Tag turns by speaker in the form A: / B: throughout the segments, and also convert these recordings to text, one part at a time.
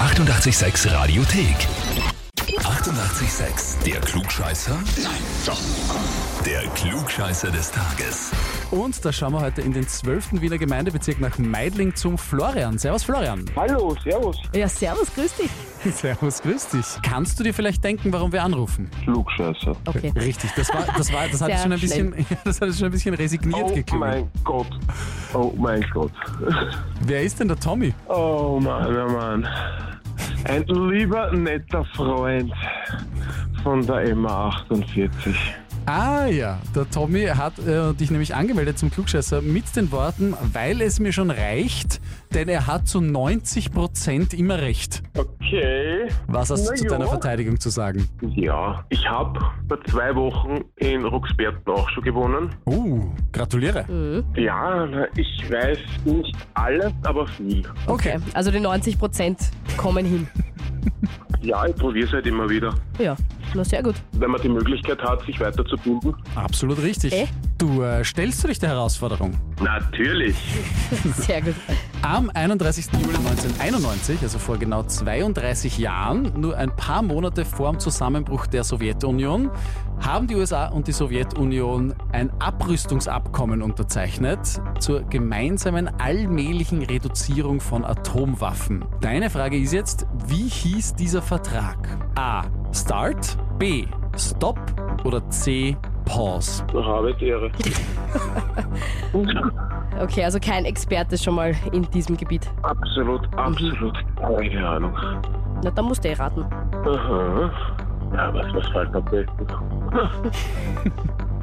A: 886 Radiothek. 88,6. Der Klugscheißer? Nein, doch. Der Klugscheißer des Tages.
B: Und da schauen wir heute in den 12. Wiener Gemeindebezirk nach Meidling zum Florian. Servus Florian.
C: Hallo, servus.
D: Ja, servus, grüß dich.
B: Servus, grüß dich. Kannst du dir vielleicht denken, warum wir anrufen?
C: Klugscheißer.
D: Okay.
B: Richtig, das war, das war, das hat
D: Sehr
B: schon ein bisschen, das hat schon ein bisschen resigniert
C: Oh
B: geklungen.
C: mein Gott. Oh mein Gott.
B: Wer ist denn der Tommy?
C: Oh Mann, oh Mann. Ein lieber, netter Freund von der Emma 48.
B: Ah ja, der Tommy hat äh, dich nämlich angemeldet zum Klugscheißer mit den Worten, weil es mir schon reicht, denn er hat zu 90 Prozent immer recht.
C: Okay.
B: Was hast du
C: Na
B: zu deiner
C: ja.
B: Verteidigung zu sagen?
C: Ja, ich habe vor zwei Wochen in Ruxberten auch schon gewonnen.
B: Uh, gratuliere.
C: Ja, na, ich weiß nicht alles, aber viel.
B: Okay.
D: Okay. Also die 90 Prozent kommen hin.
C: Ja, ich probiere es halt immer wieder.
D: Ja, na sehr gut.
C: Wenn man die Möglichkeit hat, sich weiterzubilden.
B: Absolut richtig.
D: Äh?
B: Du äh, stellst du dich der Herausforderung.
C: Natürlich.
D: Sehr gut.
B: Am 31. Juli 1991, also vor genau 32 Jahren, nur ein paar Monate vor dem Zusammenbruch der Sowjetunion, haben die USA und die Sowjetunion ein Abrüstungsabkommen unterzeichnet zur gemeinsamen allmählichen Reduzierung von Atomwaffen. Deine Frage ist jetzt, wie hieß dieser Vertrag? A. Start, B. Stop oder C. Pause.
C: Habe die Ehre.
D: Okay, also kein Experte schon mal in diesem Gebiet.
C: Absolut, absolut keine Ahnung.
D: Na, dann musst du eh raten.
C: Aha. Ja, was, was fällt am besten?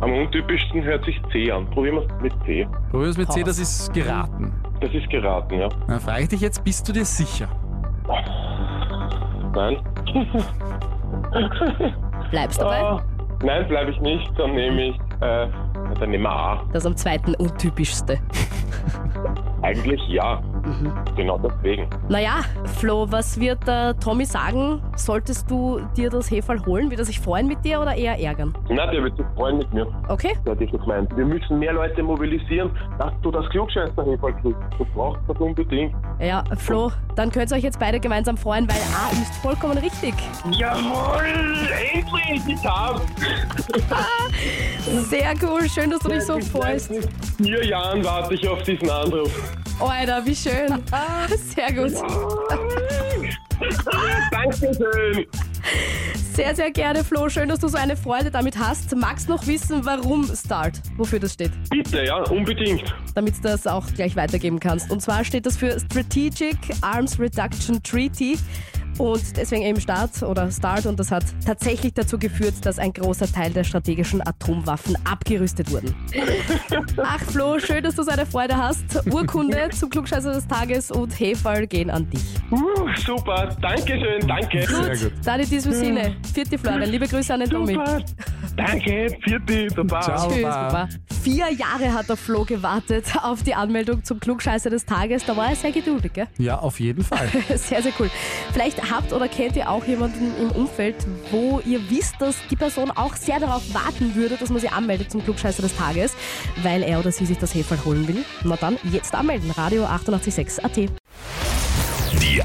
C: am untypischsten hört sich C an. Probieren wir es mit C.
B: Probier es mit C,
D: Pause.
B: das ist geraten.
C: Das ist geraten, ja.
B: Dann frage ich dich jetzt, bist du dir sicher?
C: Nein?
D: Bleibst dabei?
C: Ah, nein, bleibe ich nicht. Dann nehme ich, äh, na, dann nehmen wir A.
D: Das am zweiten untypischste.
C: Eigentlich ja. Genau deswegen.
D: Naja, Flo, was wird der Tommy sagen? Solltest du dir das Heferl holen? Wird er sich freuen mit dir oder eher ärgern?
C: Na, der wird sich freuen mit mir.
D: Okay?
C: Der hat ich gemeint. Wir müssen mehr Leute mobilisieren, dass du das klugscheißer kriegst. Du brauchst das unbedingt.
D: Ja, Flo, dann könnt ihr euch jetzt beide gemeinsam freuen, weil A ist vollkommen richtig.
C: Jawohl! Endlich! Ich hab's!
D: Sehr cool, schön, dass du dich so freust.
C: Seit vier Jahren warte ich auf diesen Anruf.
D: Alter, wie schön. Sehr gut.
C: Dankeschön.
D: Sehr, sehr gerne, Flo. Schön, dass du so eine Freude damit hast. Magst noch wissen, warum Start, wofür das steht,
C: Bitte, ja, unbedingt.
D: damit du das auch gleich weitergeben kannst. Und zwar steht das für Strategic Arms Reduction Treaty. Und deswegen eben Start oder Start und das hat tatsächlich dazu geführt, dass ein großer Teil der strategischen Atomwaffen abgerüstet wurden. Ach Flo, schön, dass du so eine Freude hast. Urkunde zum Klugscheißer des Tages und Hefall gehen an dich.
C: Uh, super, Dankeschön, danke.
D: Gut, dann in diesem Sinne. Vierte Florian, liebe Grüße an den Tommy.
C: Super, danke, Vierte, Baba.
B: Ciao.
D: Tschüss,
B: Baba.
D: Baba. Vier Jahre hat der Flo gewartet auf die Anmeldung zum Klugscheißer des Tages. Da war er sehr geduldig, gell?
B: Ja, auf jeden Fall.
D: Sehr, sehr cool. Vielleicht habt oder kennt ihr auch jemanden im Umfeld, wo ihr wisst, dass die Person auch sehr darauf warten würde, dass man sie anmeldet zum Klugscheißer des Tages, weil er oder sie sich das Heferl holen will. Na dann, jetzt anmelden. Radio 886 AT.
A: Die